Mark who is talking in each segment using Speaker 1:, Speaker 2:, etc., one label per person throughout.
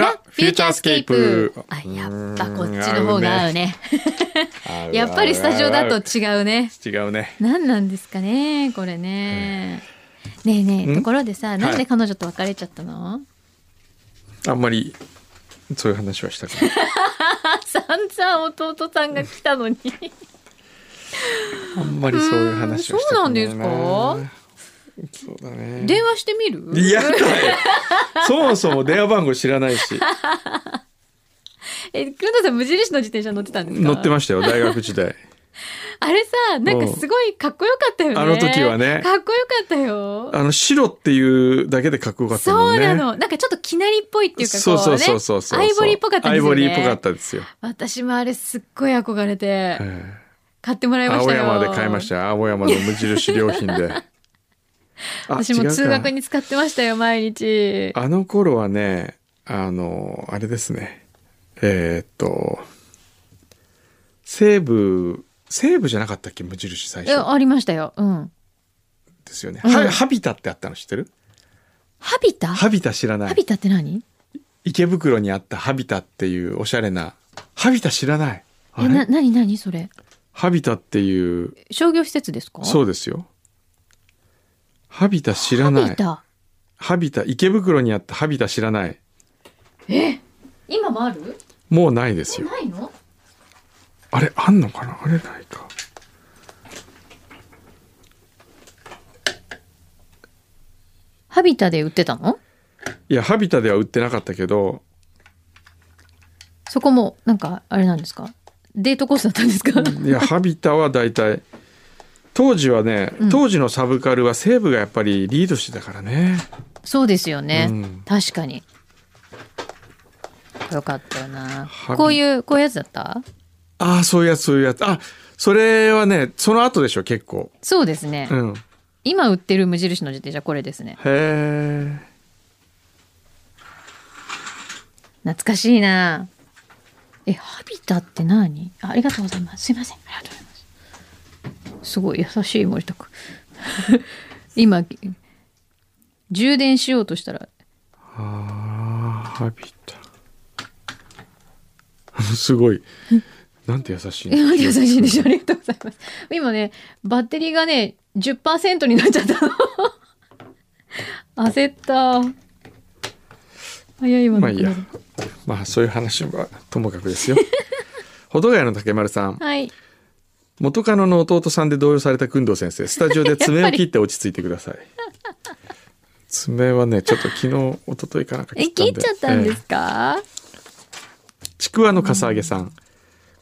Speaker 1: タースケープ。
Speaker 2: あ、やっぱこっちの方が合うね。やっぱりスタジオだと違うね。
Speaker 1: 違うね。
Speaker 2: 何なんですかね、これね。ねえねえ、
Speaker 1: ん
Speaker 2: ところでさ、なん
Speaker 1: は
Speaker 2: で
Speaker 1: い
Speaker 2: 彼女と別れちゃったの、
Speaker 1: あんまり、そういう話はしたくない。
Speaker 2: 散々弟さんが来たのに。
Speaker 1: あんまりそういう話はしたくない
Speaker 2: うんそうなん
Speaker 1: ですかそうだね。
Speaker 2: 電話してみる
Speaker 1: いやだよ。そもそも電話番号知らない し。
Speaker 2: え、黒田さん無印の自転車乗ってたんですか
Speaker 1: 乗ってましたよ、大学時代。
Speaker 2: あれさ、なんかすごいかっこよかったよね。
Speaker 1: あの時はね
Speaker 2: かっこよかったよ。
Speaker 1: あの、白っていうだけでかっこよかったもん
Speaker 2: そう
Speaker 1: ね。
Speaker 2: なの。なんかちょっときなりっぽいっていうか、こ
Speaker 1: そうう
Speaker 2: ね。
Speaker 1: そうそうそうそう。
Speaker 2: アイボリーっぽかったで
Speaker 1: ア
Speaker 2: すよね。
Speaker 1: イボリーっぽかったですよ。
Speaker 2: 私もあれすっごい憧れて、
Speaker 1: え
Speaker 2: 買ってもら
Speaker 1: え
Speaker 2: いまし
Speaker 1: 青
Speaker 2: たよ。。
Speaker 1: 山で買いましたた。青山の無印良品 で。あ
Speaker 2: 私も通学。
Speaker 1: 違うか
Speaker 2: に使ってましたよ、毎日。
Speaker 1: あの頃はね、あの、あれですね。えーっと、西武、西武じゃなかったっけ無印最
Speaker 2: え
Speaker 1: 初。
Speaker 2: ありましたよ。うん。
Speaker 1: ですよね。
Speaker 2: うん
Speaker 1: はハビタってあったの知ってる
Speaker 2: ハビタハ
Speaker 1: ハビタ知らない。
Speaker 2: ビタって何
Speaker 1: 池袋にあったハビタっていうおしゃれな。ハビタ知らない。あ
Speaker 2: え、な、
Speaker 1: れ
Speaker 2: なになにそれ
Speaker 1: ハビタっていう、
Speaker 2: 商業施設ですか
Speaker 1: そううですよ。ハビタ知らない。
Speaker 2: ハビタ。
Speaker 1: ハビタ、池袋にあったハビタ知らない。
Speaker 2: 今もある
Speaker 1: もうないですよ。
Speaker 2: ないの
Speaker 1: あれ、あんのかなあれないか。
Speaker 2: ハビタで売ってたの
Speaker 1: いや、ハビタでは売ってなかったけど、
Speaker 2: そこも、なんか、あれなんですかデートコースだったんですか
Speaker 1: いや、ハビタは大体、当時はね、
Speaker 2: うん
Speaker 1: 当時のサブカルは西武がやっぱりリードしてたからね。
Speaker 2: そうですよね。
Speaker 1: うん
Speaker 2: 確かに。よかったよな
Speaker 1: ハ。ビ
Speaker 2: こういう、こういうやつだった
Speaker 1: ああ、そういうやつ、そういうやつ。あ、それはね、その後でしょ、結構。
Speaker 2: そうですね。
Speaker 1: うん。へ
Speaker 2: 今売ってる無印の自転車これですね。
Speaker 1: え。
Speaker 2: 懐かしいな。え、ハビタって何あありがとうございます。すいません。ありがとうございます。すごい優しい森田君。 今、充電しようとしたら、
Speaker 1: あーハビタ。 すごい。なんて優しい
Speaker 2: え、
Speaker 1: の
Speaker 2: 待って 優しいんでしょありがとうございます。今ね、バッテリーがね、10%になっちゃったの。 焦った。早いわ、
Speaker 1: まあいいや
Speaker 2: なくなる。
Speaker 1: まあそういう話はともかく ですよ。ほどがやの竹丸さん、
Speaker 2: はい。
Speaker 1: 元カノの弟さんで動揺された工藤先生、スタ ジオで爪を切って落ち着いてください。爪はね、ちょっと昨日、一昨日かなんか
Speaker 2: え、
Speaker 1: 切ったん
Speaker 2: 切
Speaker 1: で。
Speaker 2: っちゃったんで
Speaker 1: え
Speaker 2: すか、
Speaker 1: えちくわのかさあげさん、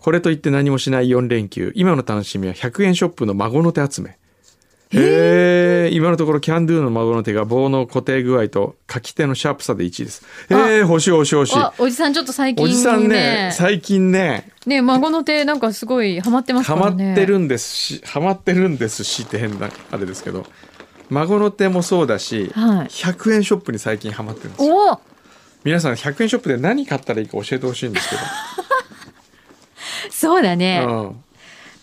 Speaker 1: これといって何もしない4連休、今の楽しみは100円ショップの孫の手集め。へえ、今のところキャンドゥの孫の手が棒の固定具合と書き手のシャープさで1位です。へえ、星星星。
Speaker 2: あ、おじさんちょっと最近
Speaker 1: お
Speaker 2: ね。
Speaker 1: じさんね、最近ね、
Speaker 2: ね孫の手なんかすごいハマってます
Speaker 1: ハ
Speaker 2: から
Speaker 1: マ
Speaker 2: ね。
Speaker 1: ってるんですし、ハマってるんですしって変なあれですけど、孫の手もそうだし、
Speaker 2: はい
Speaker 1: 100円ショップに最近ハマってるんですよ。
Speaker 2: お
Speaker 1: 皆さん100円ショップで何買ったらいいか教えてほしいんですけ
Speaker 2: そうだね、
Speaker 1: ど。うん、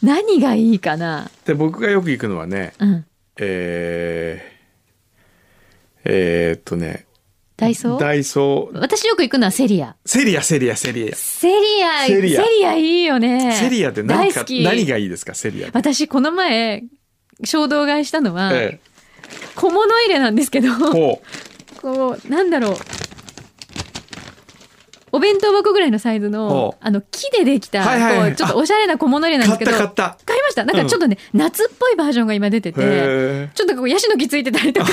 Speaker 2: 何がいいかな。
Speaker 1: で僕がよく行くのはね、
Speaker 2: うん。
Speaker 1: えー、えーっとね、
Speaker 2: ダイソー
Speaker 1: ダイソー、
Speaker 2: 私よく行くのはセリア。
Speaker 1: セリアセリアセリア。
Speaker 2: セリア、
Speaker 1: セリア
Speaker 2: いいよね。
Speaker 1: セリアって何か
Speaker 2: 大好き
Speaker 1: 何がいいですかセリアって。
Speaker 2: 私この前、衝動買いしたのは、
Speaker 1: え
Speaker 2: 小物入れなんですけど、
Speaker 1: え、こう
Speaker 2: こう、なんだろう。お弁当箱ぐらいのサイズ
Speaker 1: ほ
Speaker 2: の
Speaker 1: う、
Speaker 2: あの、木でできた、
Speaker 1: はいはいはい
Speaker 2: こうちょっとおしゃれな小物入れなんで
Speaker 1: 買っ
Speaker 2: すけど、
Speaker 1: た買った。
Speaker 2: 買いました。なんかちょっとね、夏っぽいバージョンが今出てて、
Speaker 1: へえ。
Speaker 2: ちょっとこう、ヤシの木ついてた りとか、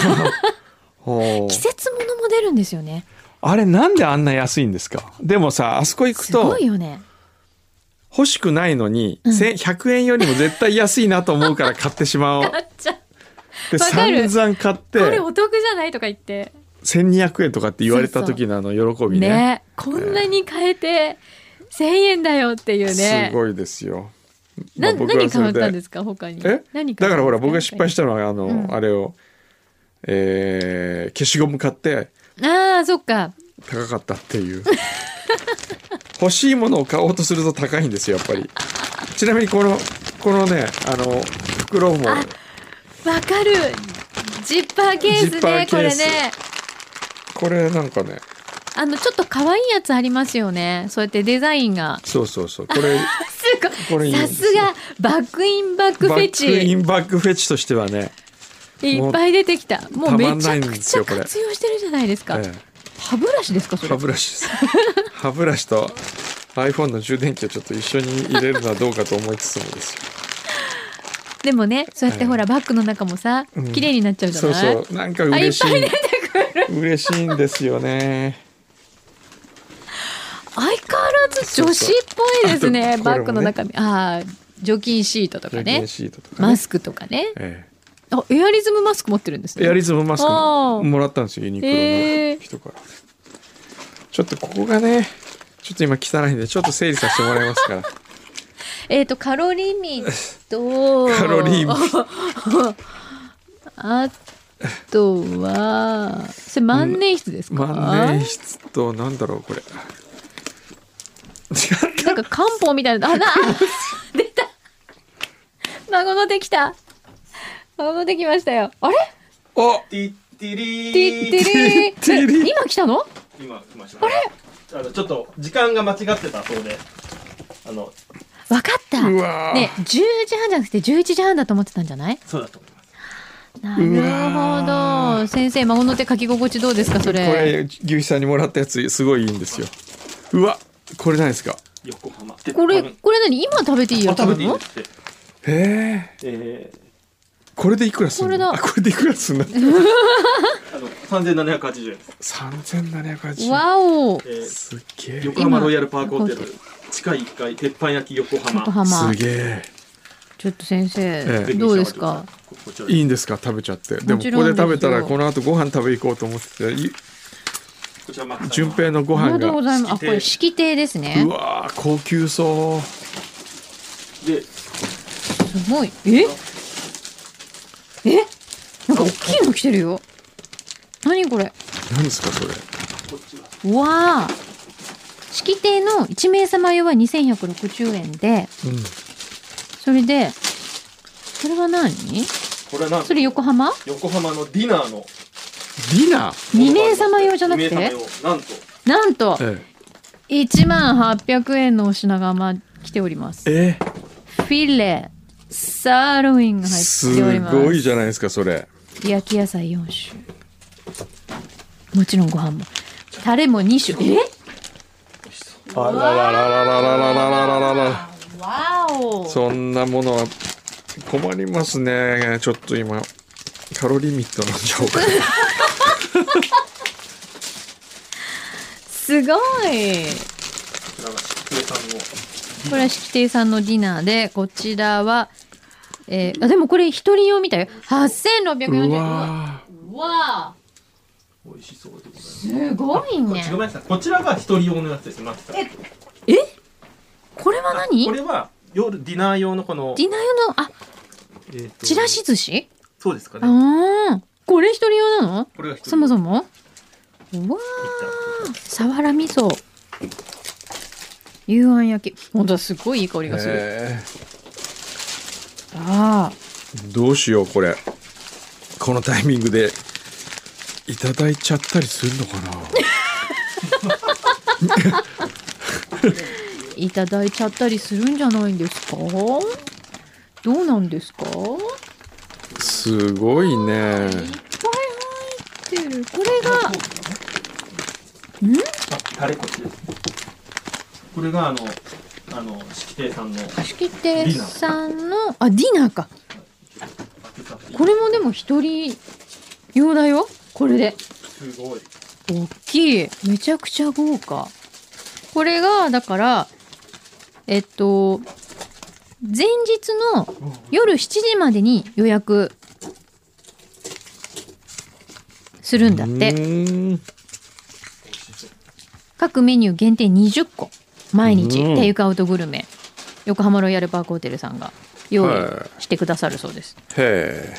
Speaker 1: ほう
Speaker 2: 季節ものも出るんですよね。
Speaker 1: あれなんであんな安いんですかでもさ、あそこ行く
Speaker 2: す
Speaker 1: と
Speaker 2: ごい、よね。
Speaker 1: 欲しくないのに、
Speaker 2: うん
Speaker 1: 千100円よりも絶対安いなと思うから買ってしまおう。
Speaker 2: 買っちゃう。
Speaker 1: で、
Speaker 2: わかる
Speaker 1: 散々買っ
Speaker 2: これ
Speaker 1: て、
Speaker 2: お得じゃないとか言って。
Speaker 1: 1200円とかって言われた時のあの喜びね。
Speaker 2: ね。こんなに買えて、1000円だよっていうね。
Speaker 1: すごいですよ。
Speaker 2: な、
Speaker 1: まあ僕
Speaker 2: 何
Speaker 1: はそ
Speaker 2: 買
Speaker 1: れ
Speaker 2: ったんですか他に。
Speaker 1: え
Speaker 2: 何買
Speaker 1: だ
Speaker 2: ったんです
Speaker 1: からほら、僕が失敗したのは、あの、
Speaker 2: ん
Speaker 1: あれを、えー消しゴム買って
Speaker 2: ああ、そっか。
Speaker 1: 高かったって いう。欲しいものを買おうとすると高いんですよ、やっぱり。ちなみにこの、このね、あの、袋も、
Speaker 2: わかる。ジッパーケース
Speaker 1: ジッパ
Speaker 2: ね
Speaker 1: ー、
Speaker 2: こ
Speaker 1: ケー
Speaker 2: れ
Speaker 1: ス
Speaker 2: ね。
Speaker 1: これなんかね、
Speaker 2: あのちょっと可愛いやつありますよねそうやってデザインが
Speaker 1: そうそうそうこれ
Speaker 2: す
Speaker 1: こ
Speaker 2: ご
Speaker 1: れい
Speaker 2: い
Speaker 1: いで
Speaker 2: さ
Speaker 1: す
Speaker 2: すがバックインバックフ
Speaker 1: バ
Speaker 2: ェ
Speaker 1: ックイ
Speaker 2: チ
Speaker 1: ンバックフェチとしてはね、
Speaker 2: いっぱい出てきたもう
Speaker 1: た
Speaker 2: め
Speaker 1: まん
Speaker 2: ち
Speaker 1: ない
Speaker 2: ゃ
Speaker 1: ん
Speaker 2: く
Speaker 1: で
Speaker 2: ち
Speaker 1: す
Speaker 2: ゃ
Speaker 1: よこれ
Speaker 2: 活用してるじゃないですか、
Speaker 1: ええ
Speaker 2: 歯ブラシですかそれ
Speaker 1: 歯ブラシです 歯ブラシと iPhone の充電器をちょっと一緒に入れるのはどうかと思いつつもですよ
Speaker 2: でもねそうやってほら、バッグの中もさ
Speaker 1: うん
Speaker 2: 綺麗になっちゃうじゃ
Speaker 1: そう
Speaker 2: ない、
Speaker 1: そうなんか嬉しい
Speaker 2: あいっ
Speaker 1: 嬉しいんですよ ね
Speaker 2: 相変わらず女子っぽいですね
Speaker 1: そうそう
Speaker 2: バッグの中身ああ除菌シートとか
Speaker 1: 除
Speaker 2: ね
Speaker 1: 菌シートとか、
Speaker 2: マ
Speaker 1: ね
Speaker 2: スクとかね
Speaker 1: え
Speaker 2: あエアリズムマスク持ってるんです
Speaker 1: え、
Speaker 2: ね
Speaker 1: エアリズムマスク
Speaker 2: あー
Speaker 1: もらったんですよユニクロの人から、ちょっとここがねちょっと今汚いんでちょっと整理させてもらいます から
Speaker 2: えっ、とカロリーミと
Speaker 1: カロリーも
Speaker 2: あとはそれ万年筆ですか、
Speaker 1: 万年筆となんだろうこれ 違った
Speaker 2: なんか漢方みたいな あな出た孫のできた孫のできましたよあれ
Speaker 1: お
Speaker 3: ティッティリー
Speaker 2: ティテリー
Speaker 1: ティリー
Speaker 2: え今来たの
Speaker 3: 今来ました、ね、あれあのちょっと時間が間違ってたそうであの
Speaker 2: わかった
Speaker 1: うわー
Speaker 2: ね10時半じゃなくて11時半だと思ってたんじゃない
Speaker 3: そうだと思い
Speaker 2: な
Speaker 3: ます
Speaker 1: う
Speaker 2: るほ
Speaker 1: わ
Speaker 2: ど先生孫の手書き心地どうですかそれ
Speaker 1: これ牛肥さんにもらったやつすごいいいんですようわこれ何ですか
Speaker 3: 横浜鉄板
Speaker 2: これ
Speaker 3: あ
Speaker 2: これ何今食べていいやつな
Speaker 3: 食
Speaker 2: の
Speaker 3: べていいですって
Speaker 1: へえ
Speaker 3: えー
Speaker 1: これでいくらすんの
Speaker 2: これだ
Speaker 1: あこれでいくらすんの
Speaker 3: あの3780円です、
Speaker 1: 3780円
Speaker 2: わお
Speaker 3: えー
Speaker 1: すっげえ
Speaker 3: 横浜ロイヤルパークホテル地下1階鉄板焼き横浜
Speaker 2: 横浜
Speaker 1: すげえ
Speaker 2: ちょっと先生
Speaker 1: ええ
Speaker 2: どうですか
Speaker 3: ここちら
Speaker 1: いいんですか食べちゃってでも
Speaker 2: も
Speaker 1: こ
Speaker 2: ちろ
Speaker 1: こ
Speaker 2: んで
Speaker 1: です
Speaker 2: よ
Speaker 1: 食べたらこの後ご飯食べ行こうと思っててい
Speaker 3: こちらマックさん
Speaker 1: 順平のご
Speaker 2: あり
Speaker 1: 飯
Speaker 2: がとうご
Speaker 1: が
Speaker 2: ざいますあこれ式亭ですね
Speaker 1: うわー高級そう
Speaker 3: です
Speaker 2: ごいええなんか大きいの来てるよ何これ
Speaker 1: 何ですかそれ
Speaker 3: こっちは
Speaker 2: うわあ式亭の1名様用は2160円で
Speaker 1: うん
Speaker 2: それでそれは何
Speaker 3: これはなん
Speaker 2: それ横浜
Speaker 3: 横浜のディナーの
Speaker 1: ディナー
Speaker 2: 二名様用じゃなくて
Speaker 3: 二名様用なんと
Speaker 2: なんと
Speaker 1: え
Speaker 2: 1万800円のお品がま来ております
Speaker 1: え
Speaker 2: フィレサーロインが入っており
Speaker 1: す
Speaker 2: ます
Speaker 1: ごいじゃないですかそれ
Speaker 2: 焼き野菜4種もちろんご飯もタレも2種え
Speaker 1: あららららららららららら
Speaker 2: わお
Speaker 1: そんなものは困りますね。ちょっと今、カロリーミット飲んじゃおうか。
Speaker 2: すごい
Speaker 3: こちらが順平さんの
Speaker 2: これは式亭さんのディナーでこちらはえーあでもこれ一人用みたいよ8640円
Speaker 1: う
Speaker 2: うわ
Speaker 1: わ
Speaker 2: わ
Speaker 3: 美味しそうでございます
Speaker 2: すごい
Speaker 3: これ
Speaker 2: ね
Speaker 3: 違いましたこちらが一人用のやつですマキさん
Speaker 2: えこれは何
Speaker 3: こ
Speaker 2: デ
Speaker 3: れは夜ディナー用のこの
Speaker 2: ィナー用のあ
Speaker 3: えーと
Speaker 2: ちらし寿司
Speaker 3: そうですかね
Speaker 2: ああこれ一人用なの
Speaker 3: これが一人
Speaker 2: そもそ
Speaker 3: も
Speaker 2: もうわーさわら味噌幽庵焼きほんとだすごいいい香りがする、
Speaker 1: え
Speaker 2: あー
Speaker 1: ーどうしよう、これ。このタイミングで、いただいちゃったりするのかな
Speaker 2: いただいちゃったりするんじゃないんですかどうなんですかいっ
Speaker 1: すごいね。
Speaker 2: ぱい入ってるこれが
Speaker 3: あタレこっちですこれがあのあの式亭さんの
Speaker 2: 式亭さんのあディナーかこれもでも一人用だよこれです
Speaker 3: ごい
Speaker 2: 大きいめちゃくちゃ豪華これがだからえっと前日の夜7時までに予約するんだっ
Speaker 1: う
Speaker 2: て
Speaker 1: ーん
Speaker 2: 各メニュー限定20個毎日
Speaker 1: うん
Speaker 2: テイクアウトグルメ横浜ロイヤルパークホテルさんが用意
Speaker 1: は
Speaker 2: してくださるそうです
Speaker 1: へ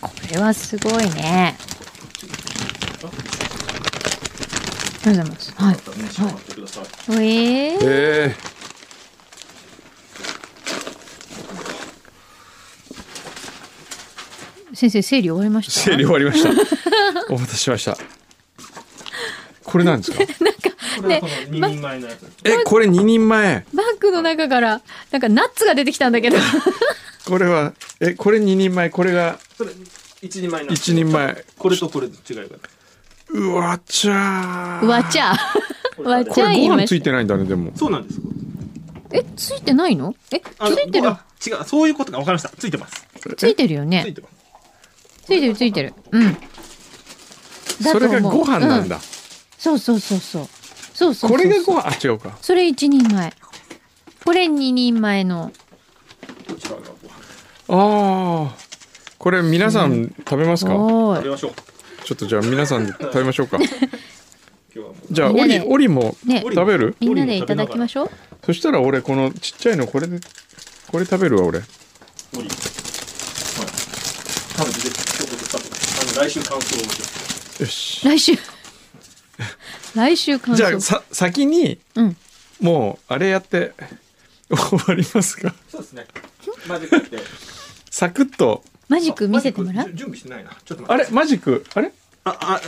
Speaker 2: これはすごいねありがとうございますはい
Speaker 3: 召し上がってください
Speaker 2: え
Speaker 1: え。え
Speaker 2: 先生整理終わりま
Speaker 1: ー、
Speaker 2: した
Speaker 1: 整理終わりました。お待たせしました。ここれなんですか
Speaker 3: これはこの2人前のやつです。
Speaker 1: えこれ2人前
Speaker 2: バッグの中からなんかナッツが出てきたんだけど
Speaker 1: これはえこれ2人前これが
Speaker 3: それ一人前なんです
Speaker 1: 1
Speaker 3: よ
Speaker 1: 人。前
Speaker 3: これとこれと違いが。
Speaker 1: うわちゃー
Speaker 2: わちゃ
Speaker 3: これ
Speaker 2: わ
Speaker 1: こ
Speaker 2: ちゃ
Speaker 1: れ
Speaker 2: 言い
Speaker 1: ご飯
Speaker 2: ま
Speaker 1: つ
Speaker 2: し
Speaker 1: いてないんだねでも
Speaker 3: そうなんです。
Speaker 2: たえついてないのえつ
Speaker 3: あの
Speaker 2: いてる
Speaker 3: あ違う、そういうことが分かりました。ついてます。
Speaker 2: ついてるよ
Speaker 3: つい
Speaker 2: ね
Speaker 3: てます。
Speaker 2: ついてるついてるうんだと思
Speaker 1: そうれがご飯なんだ、
Speaker 2: そうそうそうそうそうそうそう
Speaker 1: これがご飯あ違うか
Speaker 2: それ一人前これ二人前の
Speaker 3: こちらがご飯。
Speaker 1: ああこれ皆さん食べますか
Speaker 2: お
Speaker 3: 食べ
Speaker 2: ーい
Speaker 3: ましょう。
Speaker 1: ちょっとじゃあ皆さんで食べましょう か
Speaker 3: 今日はもう。
Speaker 1: じゃあ
Speaker 2: みん
Speaker 1: オ
Speaker 2: な
Speaker 1: リ
Speaker 2: で
Speaker 1: オリも
Speaker 2: ね
Speaker 1: 食べる
Speaker 2: みんなでいただきましょう
Speaker 1: そしたら俺このちっちゃいのこれでこれ食べるわ俺
Speaker 3: おり。はい。多分全然今日ことあの来週感想をします。
Speaker 1: よし
Speaker 2: 来週 来週感
Speaker 1: じゃ
Speaker 2: 想
Speaker 1: あさ先に
Speaker 2: うん
Speaker 1: もうあれやって 終わりますか
Speaker 3: そうですね。マジックって。
Speaker 1: サクッと
Speaker 2: マジック見せてもら
Speaker 3: マ
Speaker 2: う
Speaker 3: ジック準備してないな。ちょっと
Speaker 1: あ
Speaker 3: 待って
Speaker 1: れ。マジックあれ
Speaker 3: あああ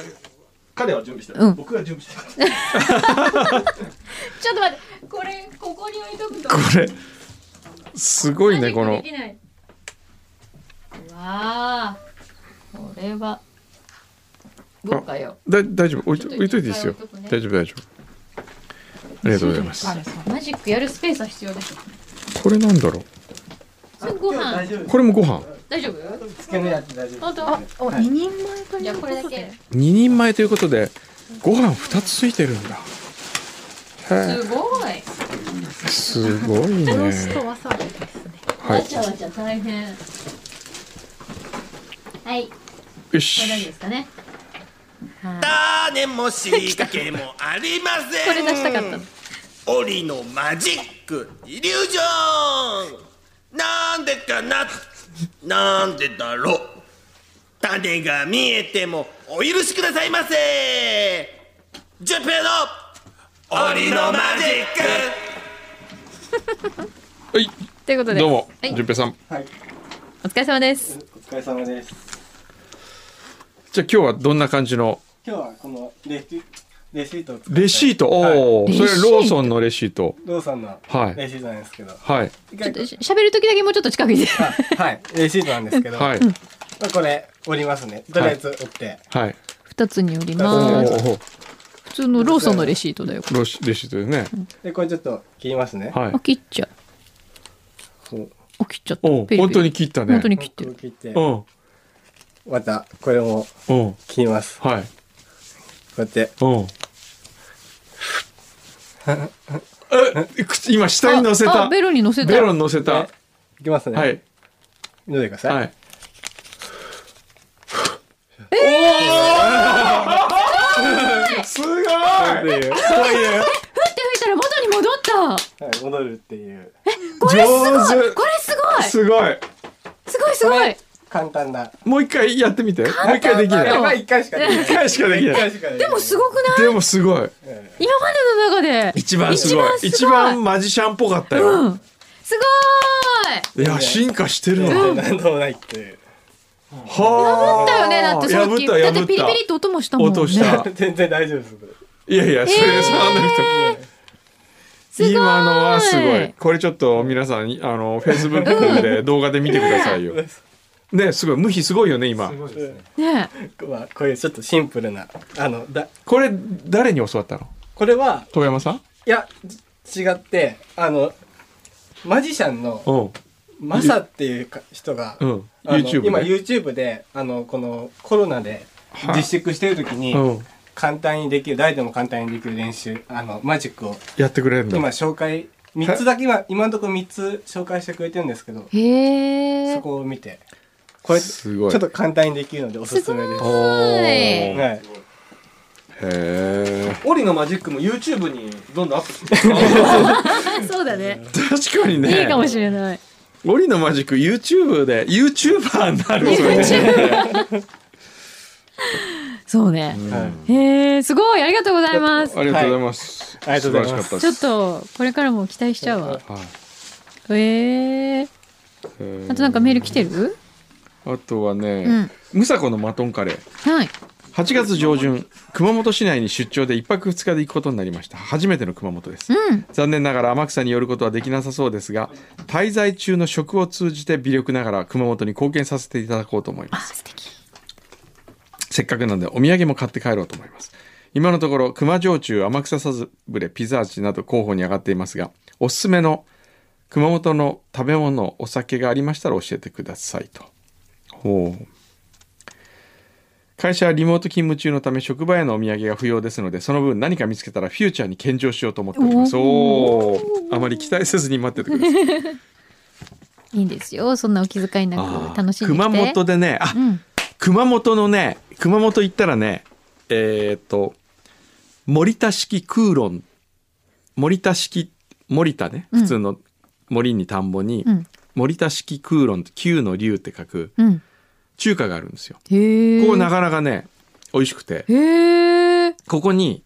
Speaker 3: 彼は準備してる、
Speaker 2: うん
Speaker 3: 僕が準備して
Speaker 2: ち
Speaker 3: る
Speaker 2: ょっと待ってこれここに置いとくと
Speaker 1: これすごいねこの
Speaker 2: わあこれは豪華よ
Speaker 1: だ大丈夫置いと
Speaker 2: ちょっと
Speaker 1: 置いといていいですよ
Speaker 2: 一回置いとくね
Speaker 1: 大丈夫大丈夫ありがとうございます
Speaker 2: マジックやるスペースは必要です
Speaker 1: これなんだろ
Speaker 2: それご飯
Speaker 1: うこれもご飯
Speaker 2: 大丈夫
Speaker 3: つけるやつ大丈
Speaker 2: 本当
Speaker 4: お、二人前と
Speaker 2: じ
Speaker 4: い
Speaker 2: ゃあ
Speaker 4: う
Speaker 2: こ
Speaker 4: こ
Speaker 2: れだ
Speaker 4: と
Speaker 2: け
Speaker 4: で。
Speaker 1: 2人前ということでご飯2つついてるんだへ
Speaker 2: すごい
Speaker 1: えすごいね
Speaker 4: トーストわさびですね。
Speaker 1: は
Speaker 2: わちゃわちゃ大変は
Speaker 1: い
Speaker 2: いこ
Speaker 1: よ
Speaker 2: れなん
Speaker 1: し
Speaker 2: ですかね
Speaker 5: 種も仕掛けもありません
Speaker 2: これ出したかったの
Speaker 5: 檻のマジックイリュージョンなんでかななんでだろう種が見えてもお許しくださいませジュンペイの檻のマジック
Speaker 1: はい
Speaker 2: ということで
Speaker 1: どうも
Speaker 2: はい
Speaker 1: 純平さん
Speaker 2: お疲れ様です
Speaker 6: お疲れ様です。
Speaker 1: じゃあ今日はどんな感じの
Speaker 6: 今日はこのレシレシートを使って
Speaker 1: レシートおお、
Speaker 2: い
Speaker 1: それ
Speaker 2: レシート
Speaker 1: ローソンのレシート
Speaker 6: ローソンの
Speaker 1: はい
Speaker 6: レシートなんですけど、
Speaker 1: はい
Speaker 6: 一
Speaker 2: ちょ
Speaker 6: 回
Speaker 2: っとし喋る時だけもうちょっと近くにいて
Speaker 6: はいレシートなんですけど、
Speaker 1: は
Speaker 6: ま
Speaker 1: い
Speaker 6: あこれ折りますね。とりあえず折って、
Speaker 1: はい
Speaker 2: 二つにより
Speaker 1: お
Speaker 2: ま
Speaker 1: ー
Speaker 2: す
Speaker 1: おー
Speaker 2: 普通のローソンのレシートだよこ
Speaker 1: ロシレシートですね
Speaker 6: でこれちょっと切りますね。
Speaker 2: れ
Speaker 1: はい
Speaker 2: あ切っちゃう
Speaker 6: こ
Speaker 2: あ切っちゃった
Speaker 1: お
Speaker 2: ペ
Speaker 1: ー
Speaker 2: リペリ
Speaker 1: 本当に切ったね
Speaker 2: 本当に
Speaker 6: う
Speaker 2: 切ってる
Speaker 6: 切って
Speaker 1: う、ん
Speaker 6: またこれも
Speaker 1: うん
Speaker 6: 切ります。こ
Speaker 1: はいう
Speaker 6: やって
Speaker 1: うんえ口今下に乗せ
Speaker 2: ああ
Speaker 1: た
Speaker 2: ベロに乗せた
Speaker 1: ベロに乗せた
Speaker 6: ねいきますね。
Speaker 1: はい
Speaker 6: 飲んでください。
Speaker 1: はい
Speaker 6: っていう、
Speaker 1: おおすごい
Speaker 6: は
Speaker 1: という
Speaker 2: ふって吹いたら元に戻った
Speaker 6: い、戻るっていう
Speaker 2: これすご
Speaker 1: 上
Speaker 2: い
Speaker 1: 手
Speaker 2: これすごい
Speaker 1: すごい
Speaker 2: すごいすごい
Speaker 6: 簡単な。
Speaker 1: もう一回やってみてもう一回できない
Speaker 6: あまあ一回しかできない。
Speaker 1: 一回しかできない
Speaker 6: 一回しかできない。
Speaker 2: でもすごくない
Speaker 1: でもすごい
Speaker 2: 今までの中で
Speaker 1: 一番すごい
Speaker 2: 一番すごい
Speaker 1: 一番マジシャンっぽかったよ、
Speaker 2: うんす
Speaker 1: いや進化してるわ、
Speaker 6: ごい。何ともないっていう。
Speaker 1: は
Speaker 2: ごいだよねだってさっ
Speaker 1: 破
Speaker 2: き
Speaker 1: った
Speaker 2: だって
Speaker 1: 破
Speaker 2: ピリピリ
Speaker 1: っ
Speaker 2: って音もした
Speaker 1: た
Speaker 2: もんね
Speaker 1: 音した、
Speaker 6: 全然大丈夫です。これ
Speaker 1: いやいやそれ触らなくても、
Speaker 2: すごい
Speaker 1: 今のはすごいこれちょっと皆さんあのフェイスブックで動画で見てくださ いよ、ねすごい無比すごいよね今
Speaker 2: ね
Speaker 6: まあ、こういうちょっとシンプルな、あの、だ、
Speaker 1: これ誰に教わったの
Speaker 6: これは、
Speaker 1: 遠山さん
Speaker 6: いや、ち違って、あの、マジシャンの
Speaker 1: うん
Speaker 6: マサっていうか人が、
Speaker 1: うん
Speaker 6: あの
Speaker 1: YouTube で
Speaker 6: 今 YouTube で、あの、このコロナで
Speaker 1: はい
Speaker 6: 自粛してる時に、
Speaker 1: うん
Speaker 6: 簡単にできる、誰でも簡単にできる練習、あの、マジックを、
Speaker 1: やってくれるんだ
Speaker 6: 今紹介、3つだけ今、今のところ3つ紹介してくれてるんですけど、
Speaker 2: えへ
Speaker 6: そ
Speaker 2: え
Speaker 6: こを見て、これ、ち
Speaker 1: すご
Speaker 6: ょ
Speaker 1: い
Speaker 6: っと簡単にできるのでおすすめです。
Speaker 1: おー
Speaker 2: はい
Speaker 1: へ
Speaker 6: はい。
Speaker 1: え
Speaker 3: オリのマジックも YouTube にどんどんアップしてる
Speaker 2: そうだね
Speaker 1: 確かにね
Speaker 2: いいかもしれない
Speaker 1: オリのマジック YouTube で YouTuber になるそれね
Speaker 2: そうね
Speaker 6: はい
Speaker 2: へえすごいありがとうございます
Speaker 1: ありがとうございます、
Speaker 6: はいありがとうございます
Speaker 1: 素晴らしかった
Speaker 2: ちょ
Speaker 1: で
Speaker 2: っとこれからも期待しちゃうわ
Speaker 1: すはい
Speaker 2: へえ
Speaker 1: えー
Speaker 2: あとなんかメール来てる
Speaker 1: あとはね、
Speaker 2: うん
Speaker 1: ムサコのマトンカレー
Speaker 2: はい
Speaker 1: 8月上旬熊本市内に出張で1泊2日で行くことになりました初めての熊本です、残念ながら天草に寄ることはできなさそうですが滞在中の食を通じて微力ながら熊本に貢献させていただこうと思います
Speaker 2: 素敵
Speaker 1: せっかくなんでお土産も買って帰ろうと思います今のところ熊焼酎天草さずぶれピザ味など候補に上がっていますがおすすめの熊本の食べ物お酒がありましたら教えてくださいとほう会社はリモート勤務中のため職場へのお土産が不要ですのでその分何か見つけたらフューチャーに献上しようと思っておりますおおーあまり期待せずに待っててください
Speaker 2: いいんですよそんなお気遣いな
Speaker 1: あー
Speaker 2: く 楽しんでき
Speaker 1: 熊
Speaker 2: て
Speaker 1: 本でねあ、
Speaker 2: うん
Speaker 1: 熊本のね熊本行ったらねえーっと森田式空論森田式森田ね
Speaker 2: うん
Speaker 1: 普通の森に田んぼに、
Speaker 2: うん
Speaker 1: 森田式空論って九の竜って書く
Speaker 2: うん
Speaker 1: 中華があるんですよ。
Speaker 2: へえ
Speaker 1: ここなかなかね美味しくて
Speaker 2: へえ
Speaker 1: ここに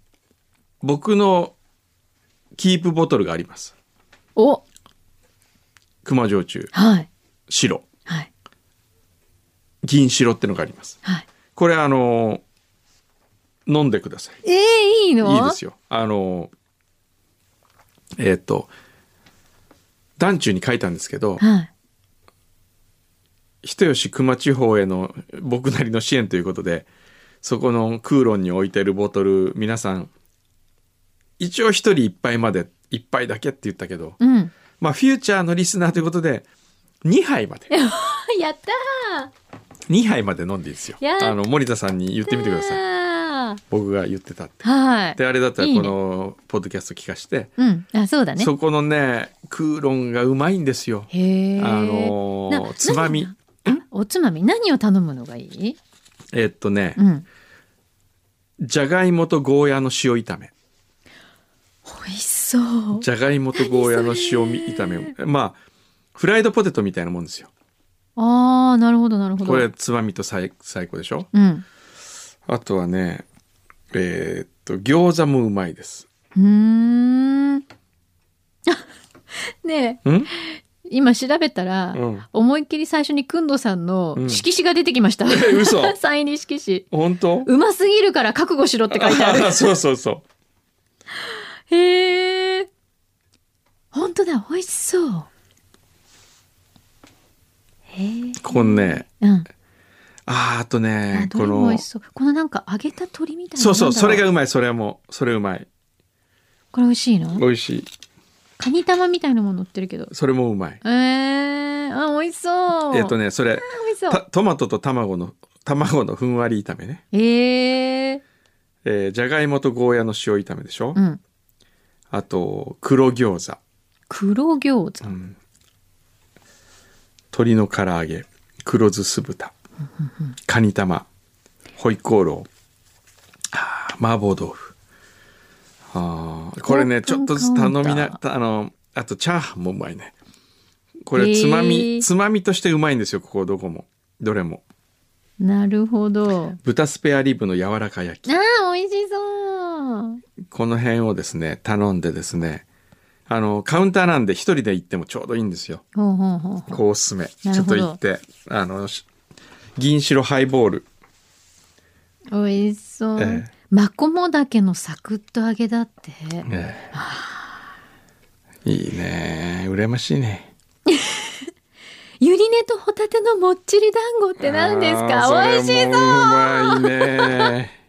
Speaker 1: 僕のキープボトルがあります。
Speaker 2: お
Speaker 1: 熊焼酎
Speaker 2: はい
Speaker 1: 白
Speaker 2: はい
Speaker 1: 銀白ってのがあります。
Speaker 2: はい
Speaker 1: これあの飲んでください。
Speaker 2: えー、いいの
Speaker 1: いいですよ。あの、えーっ、と、団中に書いたんですけど、
Speaker 2: はい
Speaker 1: 人吉球磨地方への僕なりの支援ということで、そこの空論に置いてるボトル、皆さん、一応一人一杯まで、一杯だけって言ったけど、
Speaker 2: うん
Speaker 1: まあ、フューチャーのリスナーということで、2杯まで、
Speaker 2: やったー
Speaker 1: 2杯まで飲んでいいですよ。
Speaker 2: やった
Speaker 1: あの、森田さんに言ってみてください。
Speaker 2: さい
Speaker 1: 僕が言ってたって。
Speaker 2: はい
Speaker 1: で、あれだったら
Speaker 2: いい
Speaker 1: こ
Speaker 2: ね
Speaker 1: の、ポッドキャスト聞かして、
Speaker 2: うんあそうだね
Speaker 1: そこのねクーロンがうまいんですよ。
Speaker 2: へえ
Speaker 1: あのー
Speaker 2: な
Speaker 1: つまみ
Speaker 2: 何がおつまみ何を頼むのがいい
Speaker 1: えっとね
Speaker 2: うん
Speaker 1: じゃがいもとゴーヤの塩炒め
Speaker 2: 美味しそう
Speaker 1: じゃがいもとゴーヤの塩み
Speaker 2: 何そ
Speaker 1: 炒め
Speaker 2: れ
Speaker 1: まあフライドポテトみたいなもんですよ。
Speaker 2: あーなるほどなるほど
Speaker 1: これつまみと最最高でしょ
Speaker 2: うん
Speaker 1: あとはねえーっと餃子もうまいです。
Speaker 2: うーんあ ねえ
Speaker 1: ん
Speaker 2: 今調べたら、
Speaker 1: うん
Speaker 2: 思いっきり最初にくんどさんの
Speaker 1: うん
Speaker 2: 色紙が出てきました、
Speaker 1: 嘘
Speaker 2: サイン入り色紙
Speaker 1: 本当
Speaker 2: うますぎるから覚悟しろって書いてあ る
Speaker 1: そうそうそう。
Speaker 2: へえ本当だ美味しそうへえ
Speaker 1: ここね
Speaker 2: うん
Speaker 1: あーあとね
Speaker 2: あ
Speaker 1: こ
Speaker 2: どれも美
Speaker 1: の
Speaker 2: 味しそうこのなんか揚げた鳥みたいな
Speaker 1: そうそうそれが
Speaker 2: なんだろ
Speaker 1: うまいそれもそれうまいう
Speaker 2: これ美味しいの
Speaker 1: 美味しい
Speaker 2: カニ玉みたいなもの乗ってるけど
Speaker 1: それもうまい。
Speaker 2: えー、あ美味しそう
Speaker 1: えーっとねそれ
Speaker 2: あ美味しそ
Speaker 1: た
Speaker 2: う
Speaker 1: トマトと卵の卵のふんわり炒めね、
Speaker 2: えー、
Speaker 1: えー、じゃがいもとゴーヤの塩炒めでしょ、
Speaker 2: うん
Speaker 1: あと黒餃子、
Speaker 2: 黒餃子
Speaker 1: うん、鶏の唐揚げ黒酢酢豚カニ玉ホイコーローあー麻婆豆腐あーこれ
Speaker 2: オ
Speaker 1: ね
Speaker 2: ー
Speaker 1: ち
Speaker 2: プ
Speaker 1: ょっ
Speaker 2: ン
Speaker 1: とずつ頼み
Speaker 2: カウンタ
Speaker 1: な
Speaker 2: ー
Speaker 1: たあのあとチャーハンもうまいねこれ
Speaker 2: へー
Speaker 1: つまみ、つまみとしてうまいんですよここどこもどれも
Speaker 2: なるほど
Speaker 1: 豚スペアリブの柔らか焼き
Speaker 2: あー美味しそう
Speaker 1: この辺をですね、頼んでですね、あの、カウンターなんで一人で行ってもちょうどいいんですよ。
Speaker 2: ほうほうほうほう
Speaker 1: こうおすすめ。ち
Speaker 2: な
Speaker 1: ょ
Speaker 2: る
Speaker 1: っと
Speaker 2: ほど
Speaker 1: 行って、あの、し銀白ハイボール。
Speaker 2: 美味しそう、
Speaker 1: ええ
Speaker 2: マコモダケのサクッと揚げだって
Speaker 1: ええいいね。羨ましいね。
Speaker 2: ゆり根とホタテのもっちり団子って何ですか
Speaker 1: あ
Speaker 2: 美
Speaker 1: ー
Speaker 2: 味し
Speaker 1: それ
Speaker 2: そう
Speaker 1: もうまいね。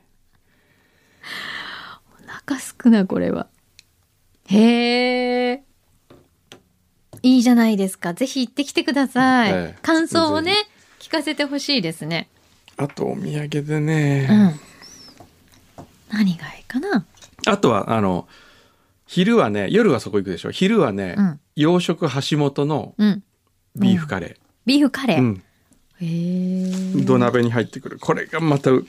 Speaker 2: お腹すくなこれはへえいいじゃないですかぜひ行ってきてください、
Speaker 1: ええ
Speaker 2: 感想をね聞かせてほしいですね
Speaker 1: あとお土産で
Speaker 2: う
Speaker 1: ね。
Speaker 2: ん何がいいかな
Speaker 1: あとは、あの、昼はね、夜はそこ行くでしょ。昼はね、
Speaker 2: うん
Speaker 1: 洋食橋本の
Speaker 2: うん
Speaker 1: ビーフカレ
Speaker 2: ビーフカレ
Speaker 1: ー。
Speaker 2: ー、
Speaker 1: うん
Speaker 2: へえ
Speaker 1: 土鍋に入ってくるこれがまたう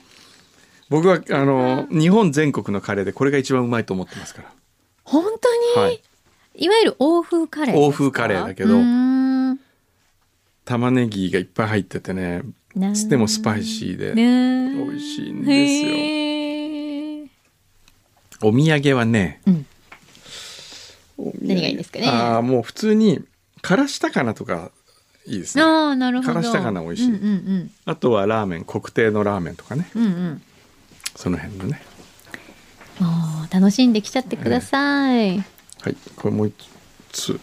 Speaker 1: 僕はあの日本全国のカレーでこれが一番うまいと思ってますから、
Speaker 2: 本当に、
Speaker 1: はい
Speaker 2: い、、わゆる欧風カレーですか
Speaker 1: 欧風カレーだけど
Speaker 2: うーん
Speaker 1: 玉ねぎがいっぱい入っててね
Speaker 2: なー
Speaker 1: でもスパイシーで、
Speaker 2: ね
Speaker 1: 美味しいんですよ
Speaker 2: よ。
Speaker 1: お土産はね
Speaker 2: うん、
Speaker 1: お土産
Speaker 2: 何がいいですかね
Speaker 1: ああもう普通にからしたかなとかいいですね
Speaker 2: ああなるほど。
Speaker 1: からし高菜美味しい
Speaker 2: うんうん
Speaker 1: あとはラーメン国定のラーメンとかね
Speaker 2: うんうんうん。
Speaker 1: その辺のね
Speaker 2: もう楽しんできちゃってください。
Speaker 1: はいこれもう一つ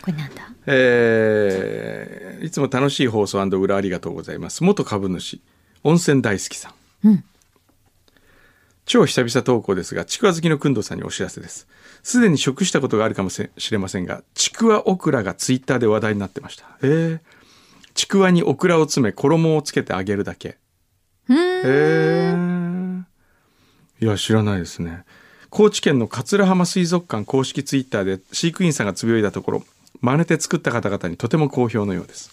Speaker 2: これなんだ。
Speaker 1: えーいつも楽しい放送裏ありがとうございます元株主温泉大好きさん、
Speaker 2: うん
Speaker 1: 超久々投稿ですがちくわ好きのくんどさんにお知らせですすでに食したことがあるかもしれませんがちくわオクラがツイッターで話題になってましたえーちくわにオクラを詰め衣をつけて揚げるだけへ
Speaker 2: うーん。
Speaker 1: ーいや知らないですね高知県の桂浜水族館公式ツイッターで飼育員さんがつぶやいたところ真似て作った方々にとても好評のようです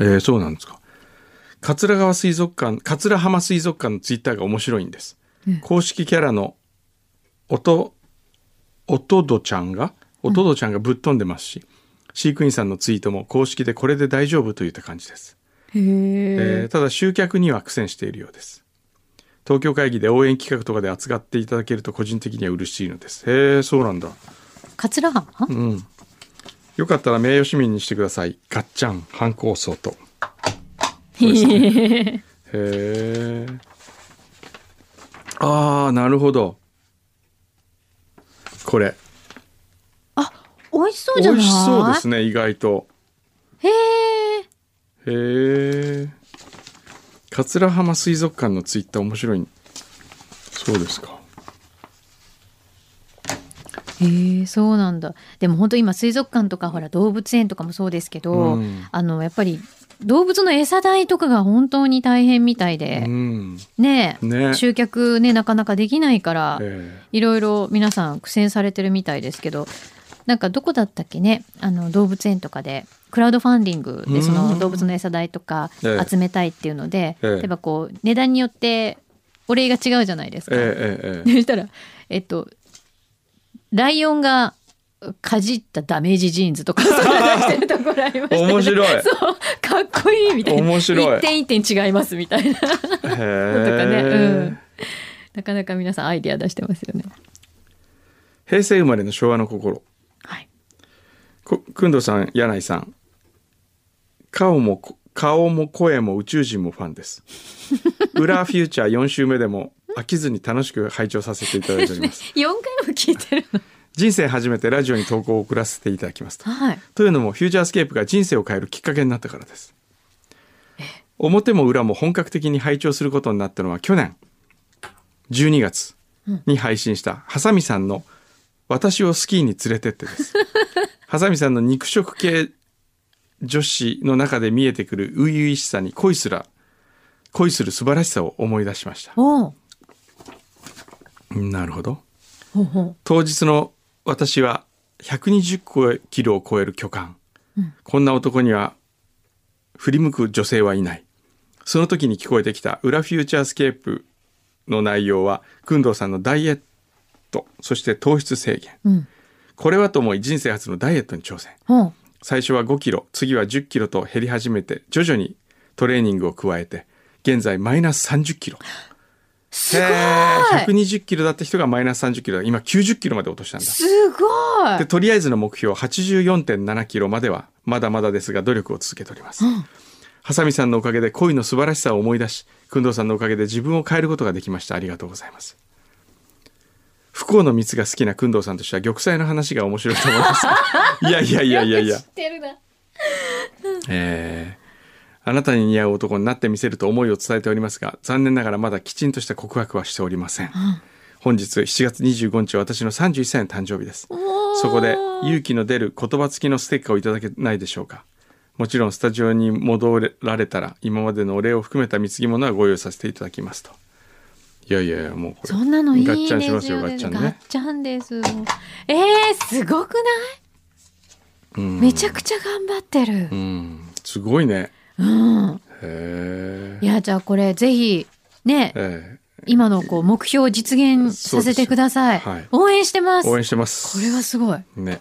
Speaker 1: えーそうなんですか桂川水族館桂浜水族館のツイッターが面白いんです、公式キャラのおとおとどちゃんがおとどちゃんがぶっ飛んでますし、飼育員さんのツイートも公式でこれで大丈夫といった感じですえーただ集客には苦戦しているようです東京会議で応援企画とかで扱っていただけると個人的には嬉しいのですへえそうなんだ
Speaker 2: 桂浜？
Speaker 1: うんよかったら名誉市民にしてくださいガッチャン反抗層とそうですねへえああなるほどこれ
Speaker 2: 美味しそうじ
Speaker 1: 美
Speaker 2: ゃない？
Speaker 1: 味しそうですね意外と
Speaker 2: へえ。
Speaker 1: へえ桂浜水族館のツイッター面白いそうですか
Speaker 2: へえそうなんだでも本当今水族館とかほら動物園とかもそうですけど、
Speaker 1: うん
Speaker 2: あのやっぱり動物の餌代とかが本当に大変みたいで
Speaker 1: う、ん
Speaker 2: ねえ
Speaker 1: ね
Speaker 2: 集客ねなかなかできないから、
Speaker 1: え
Speaker 2: いろいろ皆さん苦戦されてるみたいですけどなんかどこだったっけねあの動物園とかでクラウドファンディング
Speaker 1: うん
Speaker 2: でその動物の餌代とか
Speaker 1: ええ
Speaker 2: 集めたいっていうので、
Speaker 1: ええ
Speaker 2: 例えばこう値段によってお礼が違うじゃないです
Speaker 1: え
Speaker 2: か。
Speaker 1: ええええ
Speaker 2: そしたら、えっと、ライオンがかじったダメージジーンズとか、それ出してるところありました
Speaker 1: え
Speaker 2: ね、
Speaker 1: 面白い
Speaker 2: そう、かっこいいみたいな。
Speaker 1: 面白い
Speaker 2: 一点一点違いますみたいな。と
Speaker 1: へ
Speaker 2: かね、う
Speaker 1: え
Speaker 2: ん。なかなか皆さんアイディア出してますよね。
Speaker 1: 平成生まれの昭和の心
Speaker 2: はい。
Speaker 1: こくんどさん柳井さん顔もこ顔も声も宇宙人もファン です裏フューチャー4週目でも飽きずに楽しく拝聴させていただいており ます
Speaker 2: 4回も聞いてるの。
Speaker 1: 人生初めてラジオに投稿を送らせていただきますと
Speaker 2: はい。
Speaker 1: というのもフューチャースケープが人生を変えるきっかけになったからです表も裏も本格的に拝聴することになったのは去年12月に配信したハサミさんの「私をスキーに連れてって」ですハサミさんの肉食系女子の中で見えてくる初々しさに恋すら恋する素晴らしさを思い出しました
Speaker 2: おう
Speaker 1: なるほど
Speaker 2: ほうほう。
Speaker 1: 当日の私は120キロを超える巨漢、こんな男には振り向く女性はいないその時に聞こえてきた「裏フューチャースケープ」の内容は工藤さんのダイエットそして糖質制限、
Speaker 2: ん
Speaker 1: これはと思い人生初のダイエットに挑戦
Speaker 2: ほう。
Speaker 1: 最初は5キロ次は10キロと減り始めて徐々にトレーニングを加えて現在マイナス30キロ
Speaker 2: すごい
Speaker 1: へー120キロだった人がマイナス30キロだ今90キロまで落としたんだ
Speaker 2: すごい
Speaker 1: でとりあえずの目標84.7キロまではまだまだですが努力を続けております。ハサミさんのおかげで恋の素晴らしさを思い出し、工藤さんのおかげで自分を変えることができました。ありがとうございます。不幸の蜜が好きな工藤さんとしては玉砕の話が面白いと思います。 いやいやいやいやいや
Speaker 2: 知っ。てるな。
Speaker 1: えーあなたに似合う男になってみせると思いを伝えておりますが残念ながらまだきちんとした告白はしておりません、本日7月25日は私の31歳の誕生日ですそこで勇気の出る言葉付きのステッカーをいただけないでしょうかもちろんスタジオに戻られたら今までのお礼を含めた貢ぎ物はご用意させていただきますといやいやいやもうこれ
Speaker 2: そんなのいい
Speaker 1: ガッチャンしま
Speaker 2: ですす
Speaker 1: よ
Speaker 2: よ
Speaker 1: ガ
Speaker 2: ね。
Speaker 1: ッチャン
Speaker 2: ガ
Speaker 1: ね
Speaker 2: ッチャンです。えー、すごくない、
Speaker 1: うん
Speaker 2: めちゃくちゃ頑張ってる
Speaker 1: う。んすごいね
Speaker 2: うん。
Speaker 1: へ
Speaker 2: いや、じゃあこれぜひ、ね、
Speaker 1: え
Speaker 2: 今のこう目標を実現させてください。
Speaker 1: そうです
Speaker 2: 応援してます。
Speaker 1: ー応援
Speaker 2: こ
Speaker 1: してます
Speaker 2: れはすごい。
Speaker 1: ね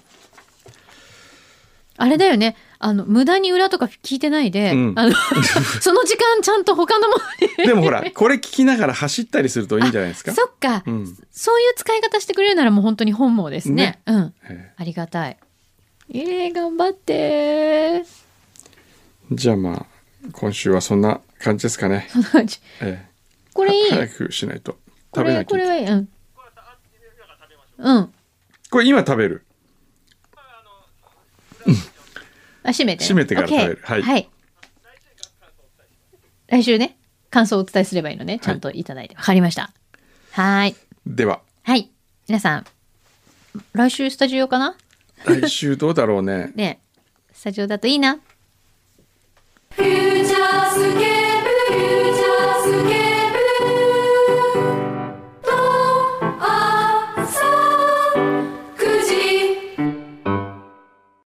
Speaker 2: あれだよね。あの、無駄に裏とか聞いてないで、
Speaker 1: うん
Speaker 2: あの、 その時間ちゃんと他のも の
Speaker 1: でもほら、これ聞きながら走ったりするといいんじゃないですか。
Speaker 2: に。そっか、
Speaker 1: うん。
Speaker 2: そういう使い方してくれるならもう本当に本望ですね。うん。
Speaker 1: え
Speaker 2: ありがたい。えー、頑張って
Speaker 1: ーじゃあまあ、今週はそんな感じですかね。
Speaker 2: そんな感じ
Speaker 1: ええ
Speaker 2: これいい
Speaker 1: 早くしないと
Speaker 2: こ
Speaker 1: 食べな
Speaker 2: れ
Speaker 1: いと
Speaker 2: これはいいうんうん
Speaker 1: これ今食べる
Speaker 2: あ閉めてね
Speaker 1: 閉めてから食べる
Speaker 2: OK
Speaker 1: はい
Speaker 2: はい、来週ね感想をお伝えすればいいのねちゃんといただいてわ、かりましたはーい
Speaker 1: では
Speaker 2: はい皆さん来週スタジオかな
Speaker 1: 来週どうだろうね
Speaker 2: ねスタジオだといいな